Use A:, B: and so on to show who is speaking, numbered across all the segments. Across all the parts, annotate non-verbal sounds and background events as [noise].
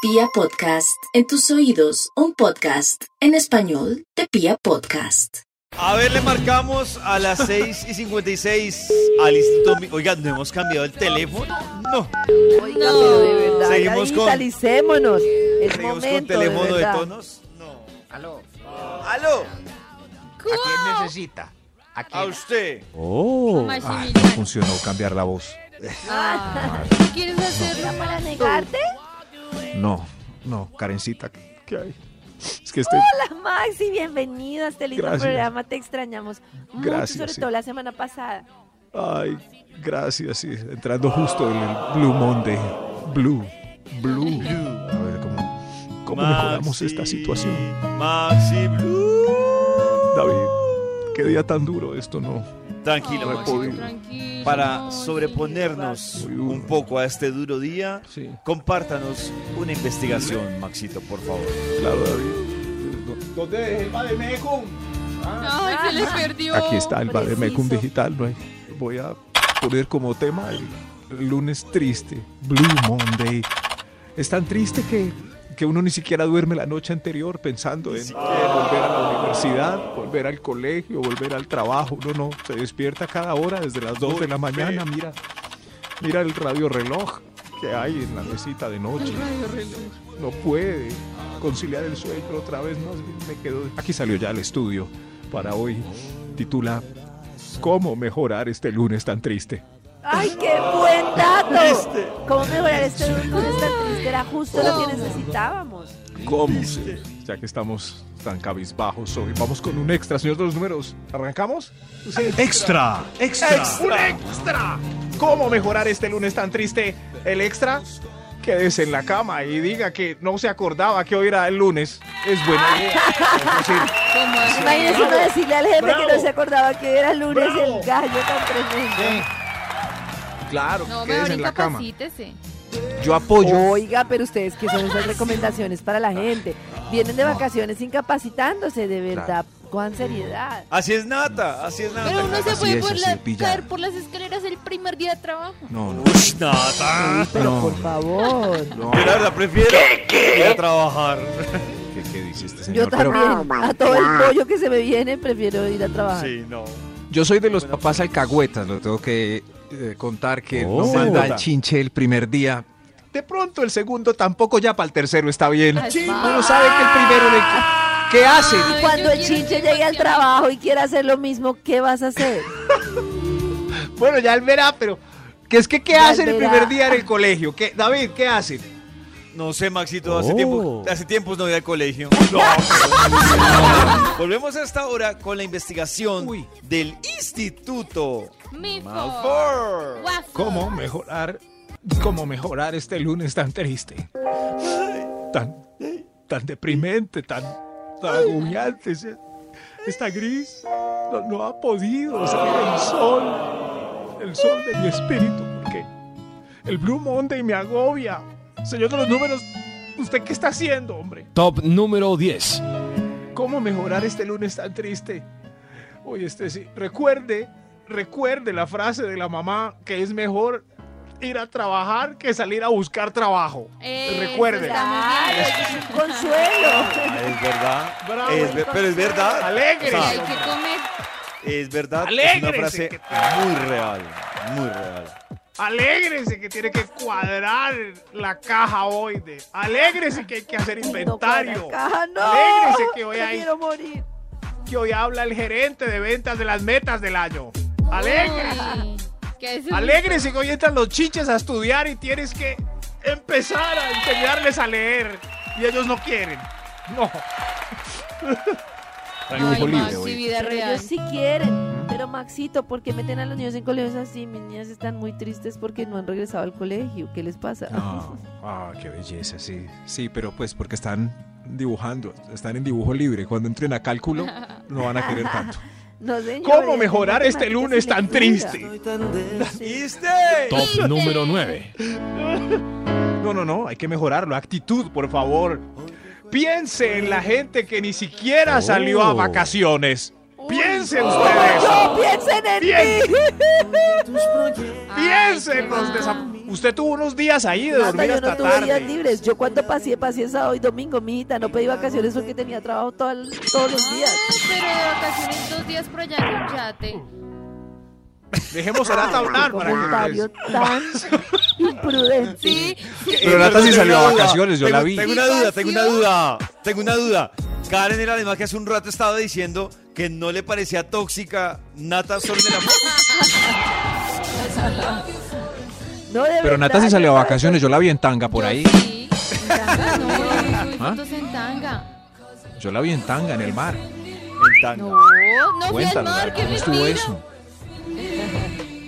A: Pia Podcast, en tus oídos, un podcast en español de Pia Podcast.
B: A ver, le marcamos a
C: [laughs]
B: las 6 y 56 al Instituto. Mi- Oiga, ¿no hemos cambiado el teléfono? No.
D: No, de verdad.
B: Seguimos
D: ya
B: con-
D: digitalicémonos. Es
B: ¿Seguimos con
D: momento,
B: teléfono de,
D: verdad.
B: tonos? No.
E: Aló,
B: ¡Aló!
E: ¿a quién necesita? ¿A
B: A
E: quién?
B: usted.
F: Maximiliano,
C: Oh, ah, funcionó cambiar la voz.
F: ¿quieres hacerlo para
D: ¿Negarte?
C: No, no, Karencita, ¿qué hay? Es que este, estoy...
D: Hola, Maxi, bienvenida a este lindo
C: Gracias.
D: programa. Te extrañamos mucho,
C: Gracias,
D: sobre
C: sí.
D: todo la semana pasada.
C: Ay, gracias, sí, entrando justo en el Blue Monday. Blue, Blue. A ver, ¿cómo, cómo mejoramos
B: Maxi,
C: esta situación?
B: Maxi Blue.
C: David, qué día tan duro esto, ¿no?
B: Tranquilo,
C: Ay,
B: Maxi.
C: podido.
F: Tranquilo.
B: Para sobreponernos
C: Muy duro.
B: un poco a este duro día,
C: Sí.
B: compártanos una investigación, Maxito, por favor.
C: Claro, David.
F: Ay, se les perdió.
C: Aquí está el Bademecum
D: preciso.
C: Digital, ¿no? hay- Voy a poner como tema el, el lunes triste, Blue Monday. Es tan triste que, que uno ni siquiera duerme la noche anterior pensando en volver a la universidad, volver al colegio, volver al trabajo. Uno no, se despierta cada hora desde las 2 de la mañana, mira, mira el radio reloj que hay en la mesita de noche. No puede conciliar el sueño otra vez más. bien Me quedo. Aquí salió ya el estudio para hoy. Titula ¿Cómo mejorar este lunes tan triste?
D: ¡Ay, qué buen dato! ¿Cómo mejorar este lunes tan triste? Era justo
B: Oh.
D: lo que necesitábamos.
C: ¿Cómo? Ya que estamos tan cabizbajos hoy, vamos con un extra, señor de los números. ¿Arrancamos?
G: Extra, extra.
C: ¡Un extra! ¿Cómo mejorar este lunes tan triste? El extra, quédese en la cama y diga que no se acordaba que hoy era el lunes. Es buena idea. Es decir,
F: ¿Cómo así?
D: Imagínese uno decirle al jefe que no se acordaba que era lunes el gallo tan tremendo.
C: claro,
F: No, pues mejor
C: quédese en la cama.
F: incapacítese.
C: Yo apoyo.
D: Oiga, pero ustedes que son esas recomendaciones para la gente. Vienen de vacaciones incapacitándose, de verdad. Cuán seriedad.
B: Así es, Nata. Así es, Nata.
F: Pero uno se
C: Así
F: puede
C: es,
F: por
C: así
F: la-
C: es, pilla.
F: caer por las escaleras el primer día de trabajo.
C: No, no.
B: Ush, Nata.
D: Pero
C: No.
D: por favor.
B: Yo la verdad prefiero ir a trabajar.
C: ¿Qué, qué dice este
D: Yo
C: señor? Pero
D: también. a todo el pollo que se me viene, prefiero ir a trabajar.
B: Sí, no.
H: Yo soy de los papás alcahuetas, lo tengo que eh, contar que
G: Oh.
H: no manda el chinche el primer día.
C: de pronto el segundo tampoco ya para el tercero está bien.
F: Ay,
C: Sí,
F: ma.
C: Uno sabe que el primero le... ¿Qué hace?
F: Ay,
D: Cuando
F: yo
D: el
F: quiero
D: chinche
F: que
D: llegue al
F: cualquier-
D: trabajo y quiera hacer lo mismo, ¿qué vas a
F: [laughs]
D: hacer?
C: Bueno, ya él verá, pero... Que es que qué
D: Ya él
C: hacen el
D: verá.
C: primer día en el colegio? ¿Qué, David, ¿qué hacen?
B: No sé, Maxito, hace
G: Oh.
B: tiempo, hace tiempos no voy al colegio. Volvemos a esta hora con la investigación
C: Uy. Oh.
B: del Instituto
F: Mifo.
B: Malfour.
F: Guapo.
C: ¿Cómo mejorar? ¿Cómo mejorar este lunes tan triste? Tan, tan deprimente, tan, tan agobiante. Se- Está gris. No, no ha podido salir el sol. El sol de mi espíritu. Porque el Blue Monday me agobia. Señor de los números, ¿usted qué está haciendo, hombre?
G: Top número 10.
C: ¿Cómo mejorar este lunes tan triste? Oye, este sí. Recuerde, recuerde la frase de la mamá que es mejor ir a trabajar que salir a buscar trabajo.
F: Eso
C: Recuerde.
F: Eh, pues está muy bien. pues.
D: Claro, es un consuelo.
B: Ah, Es verdad.
C: Bravo,
B: Es ver- pero es verdad.
F: [laughs]
C: Alegres.
B: O
F: Hay
B: sea,
F: que comer.
B: es verdad. Es una
C: Alégrese,
B: frase
C: que-
B: muy real. Muy real.
C: Alégrese que tiene que cuadrar la caja hoy. De, alégrese que hay que hacer
D: [laughs] No,
C: inventario.
D: Caja, no.
C: Alégrese que hoy
D: Me
C: hay-
D: quiero morir.
C: Que hoy habla el gerente de ventas de las metas del año.
F: [laughs]
C: Alégrese.
F: Uy, que es un-
C: Alégrese que hoy entran los chiches a estudiar y tienes que empezar a enseñarles a leer. Y ellos no quieren. No.
F: Ay, Maxi, vida
D: Pero
F: real.
D: ellos sí quieren. Pero Maxito, ¿por qué meten a los niños en colegios así? Mis niñas están muy tristes porque no han regresado al colegio. ¿Qué les pasa?
H: Ah, qué belleza, sí.
C: Sí, pero pues porque están dibujando, están en dibujo libre. Cuando entren a cálculo, no van a querer tanto.
D: No, señor,
C: ¿Cómo
D: es
C: mejorar este
D: matemáticas
C: lunes
D: y
C: tan
D: lectura.
C: triste? [laughs]
B: ¿Viste?
G: Top número 9.
C: No, no, no, hay que mejorarlo. Actitud, por favor. Piense en la gente que ni siquiera salió a
G: Oh.
C: vacaciones. Piensen
D: Como
C: ustedes.
D: yo, piensen en
C: Bien.
D: mí.
F: Ay,
C: Piensen
F: qué
C: los
F: mal.
C: desap- Usted tuvo unos días ahí de
D: Nata,
C: dormir
D: yo
C: hasta
D: no tuve días
C: tarde.
D: libres. Yo cuando pasé, pasé sábado y domingo, mijita. No pedí vacaciones porque tenía trabajo todo el- todos los días.
F: Pero de vacaciones dos días por allá en un yate.
C: Dejemos a Nata hablar para que
D: Comentario tan [laughs] imprudente.
F: Sí, sí.
H: Pero Nata sí
B: Eh, tengo
H: salió
B: una
H: a
B: duda.
H: vacaciones, yo
B: Tengo-
H: la vi.
B: Tengo una duda, tengo una duda, tengo una duda. Karen era además que hace un rato estaba diciendo que no le parecía tóxica Nata solo en el amor.
D: No, de
H: Pero
D: verdad,
H: Nata se salió a
D: yo-
H: vacaciones, yo la vi en tanga por
F: Yo
H: ahí.
F: [laughs]
H: ¿Ah?
F: Sí. No, subí fotos en tanga.
H: Yo la vi en tanga en el mar.
B: En tanga.
F: No, no fui al
H: Cuéntalo,
F: mar, que
H: ¿cómo estuvo
F: mentira.
H: eso?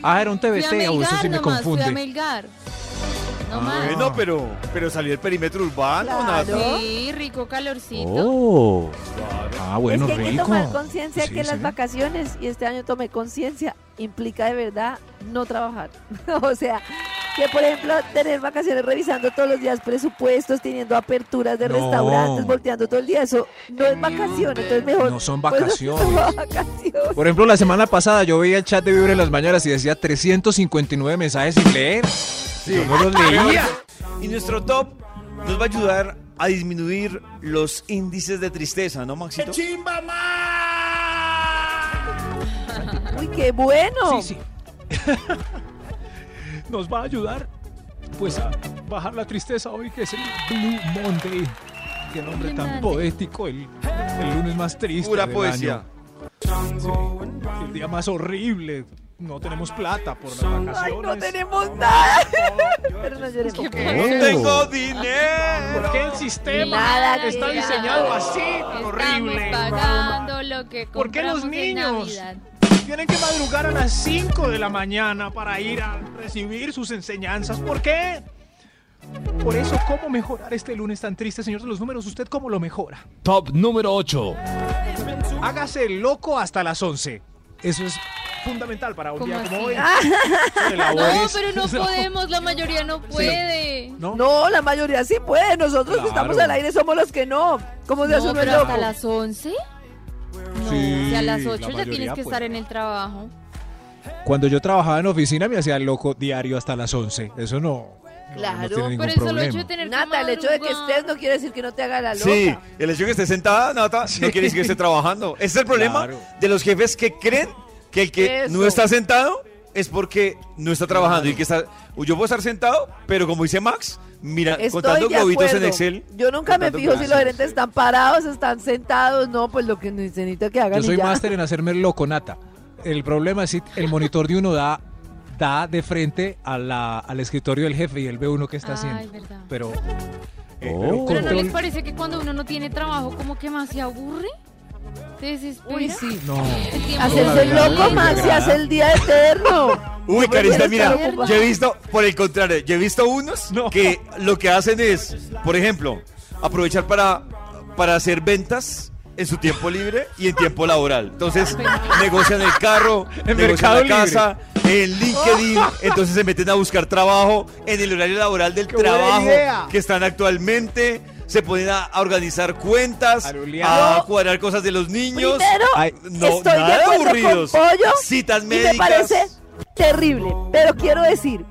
H: Ah, era un
F: Fui a
H: TBT, o eso
F: Melgar nomás,
H: sí me
F: fui a
H: confunde.
F: Melgar.
H: Ah,
F: No más.
B: Bueno, Eh, pero, pero salió el perímetro urbano,
D: Claro.
B: Nata.
F: Sí, rico calorcito.
H: Oh. Ah, bueno,
D: es que hay que
H: rico.
D: tomar conciencia
H: Sí,
D: que las
H: sí.
D: vacaciones, y este año tomé conciencia, implica de verdad no trabajar. [laughs] o sea, que por ejemplo, tener vacaciones revisando todos los días presupuestos, teniendo aperturas de
H: No.
D: restaurantes, volteando todo el día, eso no es vacaciones, entonces mejor.
H: No
D: [laughs]
H: son
D: pues,
H: vacaciones.
D: no son vacaciones.
H: Por ejemplo, la semana pasada yo veía el chat de Vibra en las mañanas y decía 359 mensajes sin leer. Yo no los leía.
B: Y nuestro top nos va a ayudar a disminuir los índices de tristeza, ¿no, Maxito?
D: Uy, qué bueno.
G: Sí, [laughs] sí. Nos va a ayudar pues a bajar la tristeza hoy que es el Blue Monday.
H: Qué nombre tan
F: Impresionante.
H: poético, el, el lunes más triste.
B: Pura
H: del
B: poesía.
H: año. El día más horrible. No tenemos plata por las vacaciones.
D: Ay, no tenemos nada. Pero no lloremos.
F: Qué
H: Oh.
B: No
F: bueno.
B: tengo
C: Ah,
B: dinero.
G: Porque el sistema
D: Nada que
G: está
F: ver.
G: diseñado así,
F: Estamos
G: horrible.
F: pagando lo que compramos
G: ¿Por qué los niños?
F: en Navidad.
G: Tienen que madrugar a las 5 de la mañana para ir a recibir sus enseñanzas. ¿Por qué? Por eso, ¿cómo mejorar este lunes tan triste, señor de los números? ¿Usted cómo lo mejora? Top número 8. Hágase el loco hasta las 11. Eso es fundamental para un
F: ¿Cómo
G: día como
F: así? [laughs]
G: hoy.
F: No,
G: Elabores. [laughs]
F: pero
H: [laughs]
F: no podemos, la mayoría no puede.
D: No, la mayoría sí puede. Nosotros que estamos
H: Claro.
D: al aire somos los que no. ¿Cómo se hace
F: No,
D: uno el
F: pero
D: loco?
F: hasta las 11. No,
H: Sí,
F: o sea, a las
H: la
F: 8 ya
H: mayoría pues.
F: tienes que
H: puede.
F: estar en el trabajo.
H: Cuando yo trabajaba en oficina me hacía el loco diario hasta las 11. Eso no. no- No
D: Claro,
H: tiene ningún
F: Por el solo
H: problema.
F: hecho de tener que
D: Nata, el hecho de que
F: madrugar.
D: estés no quiere decir que no te haga la loca.
B: Sí, el hecho de que esté sentada, Nata, no quiere decir que esté trabajando. Ese es el problema
H: Claro.
B: de los jefes que creen que el que no
D: Eso.
B: está sentado es porque no está trabajando y que está. Yo puedo estar sentado, pero como dice Max, mira,
D: Estoy
B: contando
D: de
B: globitos en
D: acuerdo.
B: Excel.
D: Yo nunca me
B: contando
D: fijo si los
B: globitos.
D: gerentes están parados, están sentados. No, pues lo que necesito que hagan.
H: Yo
D: y
H: soy
D: ya.
H: máster en hacerme el loco, Nata. El problema es si el monitor de uno da, da de frente a la- al escritorio del jefe y él ve uno que está
F: Ay,
H: haciendo.
F: verdad.
H: Pero, eh,
F: Oh. Pero no les parece que cuando uno no tiene trabajo, como que más se aburre? ¿Te desespera?
D: Uy, sí.
H: no.
F: El tiempo
D: Hacerse el
H: Ay,
D: loco
H: qué
D: más se
H: brava.
D: hace el día eterno.
B: Uy,
D: No
B: Carista,
D: prefieres
B: mira,
D: estar ocupado.
B: yo he visto, por el contrario, yo he visto unos que lo que hacen es, por ejemplo, aprovechar para, para hacer ventas en su tiempo libre y en tiempo laboral. Entonces, negocian el
D: [laughs]
B: carro,
H: En Mercado
B: negocian la
H: Libre.
B: casa, en LinkedIn, entonces se meten a buscar trabajo en el horario laboral del trabajo que están actualmente. Se ponen a a organizar cuentas,
H: Arulear.
B: a cuadrar cosas de los niños.
D: Primero,
H: Ay,
B: no,
D: estoy de
B: nada
D: acuerdo
B: aburridos.
D: con Pollo.
B: Citas
D: y
B: médicas.
D: me parece terrible. Pero quiero decir,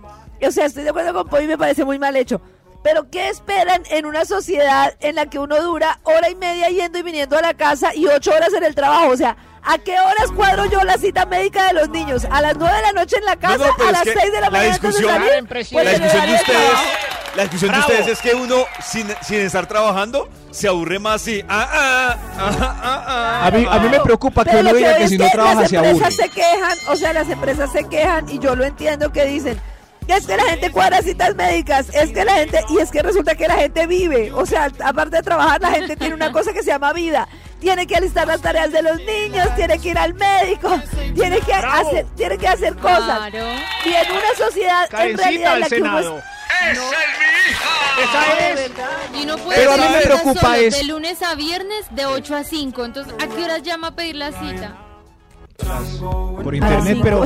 D: o sea, estoy de acuerdo con Pollo y me parece muy mal hecho. Pero ¿qué esperan en una sociedad en la que uno dura hora y media yendo y viniendo a la casa y ocho horas en el trabajo? O sea, ¿a qué horas cuadro yo la cita médica de los niños? ¿A las nueve de la noche en la casa?
B: no, pero
D: ¿A
B: es
D: las
B: que
D: seis de la
B: la
D: mañana antes de
B: discusión-
D: salir?
G: Karen,
D: Pues
G: presidente.
B: la
D: en el
B: discusión de
D: horario del
B: ustedes,
D: trabajo.
B: la discusión de
G: Bravo.
B: ustedes es que uno sin, sin estar trabajando se aburre más y ah, ah, ah, ah, ah,
H: A mí, a mí me preocupa que
D: Pero
H: uno
D: lo que
H: diga
D: veo
H: que
D: es
H: si no trabaja
D: las
H: se aburre.
D: empresas se quejan, o sea, las empresas se quejan y yo lo entiendo que dicen, es que la gente cuadra citas médicas, es que la gente, y es que resulta que la gente vive, o sea, aparte de trabajar, la gente tiene una cosa que se llama vida. Tiene que alistar las tareas de los niños, tiene que ir al médico, tiene que hacer, tiene que hacer cosas.
F: Claro.
D: Y en una sociedad en realidad
G: Karencita del
D: en la que uno es-
G: Senado. ¡Esa es mi hija!
F: Y no puede
H: Pero a mí me
F: estar
H: preocupa
F: solo
H: es-
F: De lunes a viernes, de 8 a 5. Entonces, ¿a qué horas llama a pedir la cita?
H: Por
D: las
H: internet,
D: cinco. [laughs]
H: pero,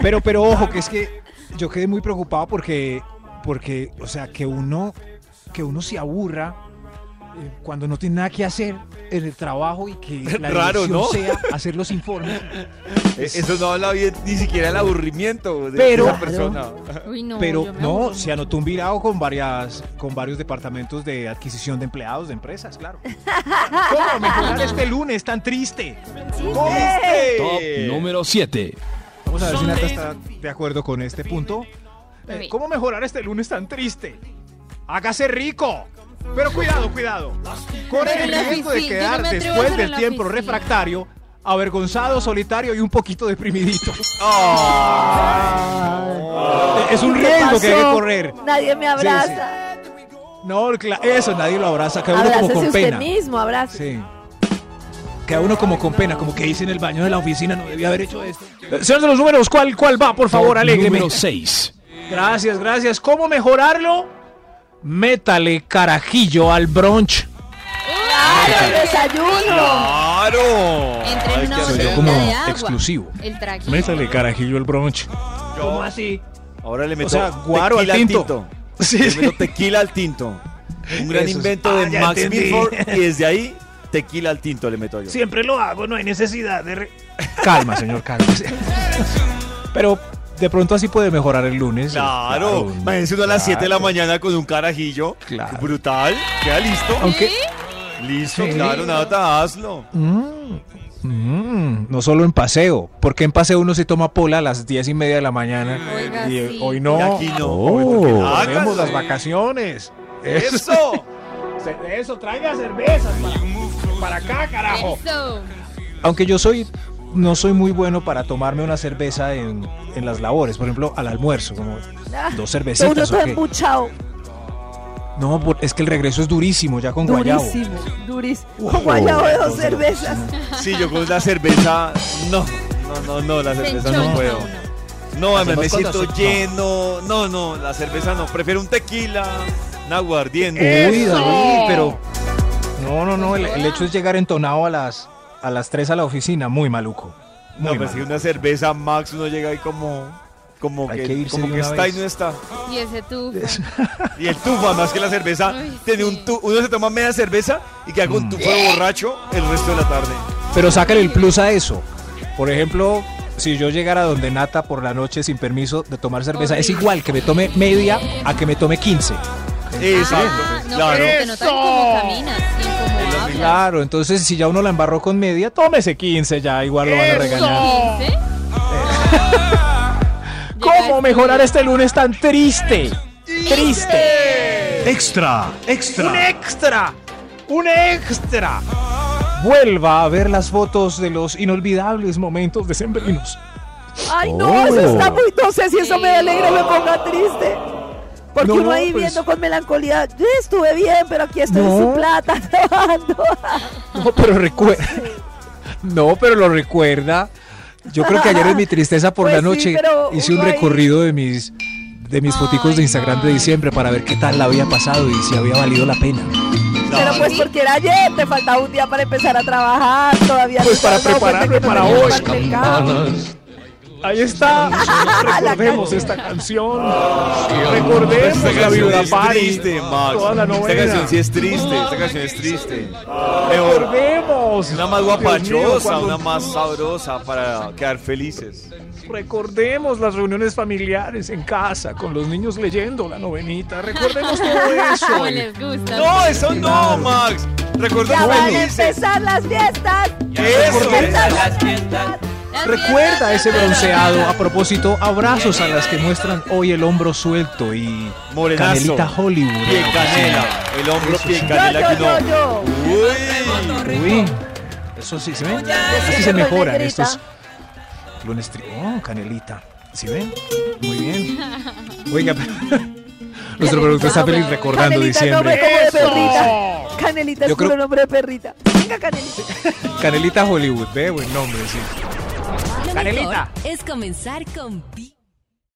H: pero, pero ojo, que es que yo quedé muy preocupado porque, porque o sea, que uno, que uno se aburra eh, cuando no tiene nada que hacer.
G: en el trabajo y que la
B: Raro,
G: dirección
B: ¿no?
G: sea hacer los informes.
B: Eh, Eso no habla bien ni siquiera del aburrimiento de
G: Pero-
B: esa persona.
F: Uy, no,
G: Pero
F: yo me
G: no,
F: aburro
G: se anotó un virado con varias, con varios departamentos de adquisición de empleados de empresas,
F: [laughs]
G: claro. ¿Cómo mejorar este lunes tan triste? ¿Cómo
B: Eh,
G: este?
I: Top número 7.
G: Vamos a ver si Nata está de acuerdo con este punto. Eh,
F: Sí.
G: ¿Cómo mejorar este lunes tan triste? Hágase rico. Pero cuidado, cuidado. Corre
F: Pero en
G: el
F: la
G: riesgo de
F: oficina, yo no
G: quedar
F: me atrevo a
G: después
F: hacerlo en
G: del
F: la
G: tiempo
F: oficina.
G: refractario, avergonzado, solitario y un poquito deprimidito. Es un riesgo que hay que
D: pasó?
G: correr.
D: Nadie me abraza.
G: No, cla- eso nadie lo abraza, cada uno como
D: Abrácese
G: con
D: usted
G: pena.
D: mismo, abrace.
G: Sí.
H: Cada uno como con pena, como que hice en el baño de la oficina, no debía haber hecho esto.
G: Eh, Señor de los números, ¿cuál, cuál va? Por favor, alégreme.
I: Número 6.
G: Gracias, gracias. ¿Cómo mejorarlo? Métale carajillo al brunch.
D: ¡Claro, el desayuno!
B: ¡Claro!
F: Entra
B: Ay,
F: en una
B: qué
F: botella
B: rico.
F: de agua.
G: exclusivo.
F: El traguito.
H: Métale carajillo el bronche.
G: ¿Cómo así?
B: Ahora le meto
G: sea, guaro al
B: tequila
G: tinto. Sí.
B: Le meto tequila al tinto. Un gran
G: Eso es-
B: invento
G: Ah,
B: de
G: ya
B: Max
G: entendí.
B: Milford y desde ahí tequila al tinto le meto yo.
G: Siempre lo hago, no hay necesidad de... Calma, señor, [laughs] calma.
H: Pero de pronto así puede mejorar el lunes.
B: Claro, imagínense uno a las 7 de la mañana con un carajillo.
H: Claro.
B: Brutal, queda listo.
H: Aunque
B: Listo, claro, nada, hazlo.
H: Mm, no solo en paseo, porque en paseo uno se toma pola a las diez y media de la mañana.
F: Oiga,
H: y eh,
F: sí.
H: hoy no.
B: Y aquí no.
H: Oh,
B: Hágase.
H: tenemos las vacaciones. [laughs]
B: ¡Eso!
G: Eso, traiga cervezas para, acá, carajo.
F: Eso.
H: Aunque yo soy, no soy muy bueno para tomarme una cerveza en, en las labores, por ejemplo, al almuerzo, como
D: Ah,
H: dos
D: Uno
H: cervecitas.
D: todo
H: ¿o qué?
D: embuchado.
H: No, por- es que el regreso es durísimo ya con guayabo. Oh,
D: Durísimo, durísimo. Con guayabo de dos cervezas.
B: Sí, yo con una cerveza, no, no, no, no, la
F: Se
B: cerveza
F: enchona
B: no puedo.
F: uno.
B: No, además me
H: Hacemos
B: siento
H: cosas-
B: lleno. No, no, la cerveza no. Prefiero un tequila, un aguardiente.
H: Uy, David, pero. No, no, no. El, el hecho es llegar entonado a las, a las 3 a la oficina. Muy maluco. Muy
B: no, pues si
H: maluco.
B: una cerveza Max uno llega ahí como, como
H: Hay
B: que,
H: que irse
B: como
H: de
B: que
H: una
B: está
H: vez.
B: y no está.
F: Y ese tufo.
B: Y el tufo, más que la cerveza,
F: Ay,
B: tiene
F: sí.
B: un tu- uno se toma media cerveza y que
H: Mm.
B: haga un tufo de borracho el resto de la tarde.
H: Pero sácale el plus a eso. Por ejemplo, si yo llegara donde Nata por la noche sin permiso de tomar cerveza, es
F: Horrible.
H: igual que me tome media a que me tome 15.
B: Exacto,
F: Ah, no,
B: claro.
F: pero te notan cómo caminas y en cómo hablas.
H: Claro, entonces si ya uno la embarró con media, tómese 15 ya, igual lo van a regañar.
F: ¿Sí?
G: ¿Cómo mejorar este lunes tan triste? Triste.
C: Extra,
G: Un
C: extra.
G: extra. Un extra.
H: Vuelva a ver las fotos de los inolvidables momentos decembrinos.
D: Ay, no,
H: Oh.
D: eso está muy. No sé si eso me alegra o me ponga triste. Porque
H: No,
D: uno ahí
H: pues-
D: viendo con melancolía, yo estuve bien, pero aquí estoy
H: No.
D: sin plata [laughs] trabajando.
H: No, pero recuerda. [laughs] No, pero lo recuerda. Yo creo que ayer en mi tristeza por
D: Pues
H: la
D: sí,
H: noche
D: pero
H: hice un
D: uno ahí-
H: recorrido de mis de mis
F: Ay,
H: foticos de Instagram de
F: no.
H: diciembre para ver qué tal la había pasado y si había valido la pena.
D: Pero pues porque era ayer, te faltaba un día para empezar a trabajar, todavía
G: Pues para prepararme para hoy. Ahí
D: [laughs]
G: está. Recordemos esta canción.
B: Esta
G: Recordemos la
B: canción
G: Viuda
B: es
G: Party.
B: triste, Max.
G: Toda la novela.
B: Esta canción sí es triste, esta canción es triste. Mejor,
G: Recordemos.
B: una
G: Dios
B: más
G: mío,
B: guapachosa,
G: cuando-
B: una más sabrosa para quedar felices.
G: Recordemos las reuniones familiares en casa con los niños leyendo la novenita. Recordemos todo
F: [laughs] ¿Cómo
G: eso.
F: les gusta?
B: No, eso no, Max.
D: Ya
B: Recordemos
D: van a
B: felices.
D: empezar las fiestas.
B: Eso.
F: Las
H: Recuerda
F: fiestas
H: ese
F: de
H: bronceado. A propósito, abrazos a las que muestran hoy el hombro suelto y
B: Morenazo.
H: Canelita Hollywood.
B: Pie en canela. El hombro pie en
D: Yo,
B: canela
D: yo,
B: que no.
D: yo, yo.
B: Uy.
H: Uy, eso sí se ven. Eso sí se
D: siempre soy
H: mejoran
D: negrita.
H: estos lunes tri- Oh, canelita. ¿Sí ven? Muy bien. Oiga, pero- [laughs] nuestro productor está feliz recordando
D: Canelita, nombre
H: diciembre.
D: como de perrita. Canelita
H: Yo
D: es
H: creo-
D: puro nombre de perrita. Venga, Canelita.
H: Canelita Hollywood, ve buen nombre, sí.
A: Lo
G: Canelita.
A: mejor es comenzar con Vibra.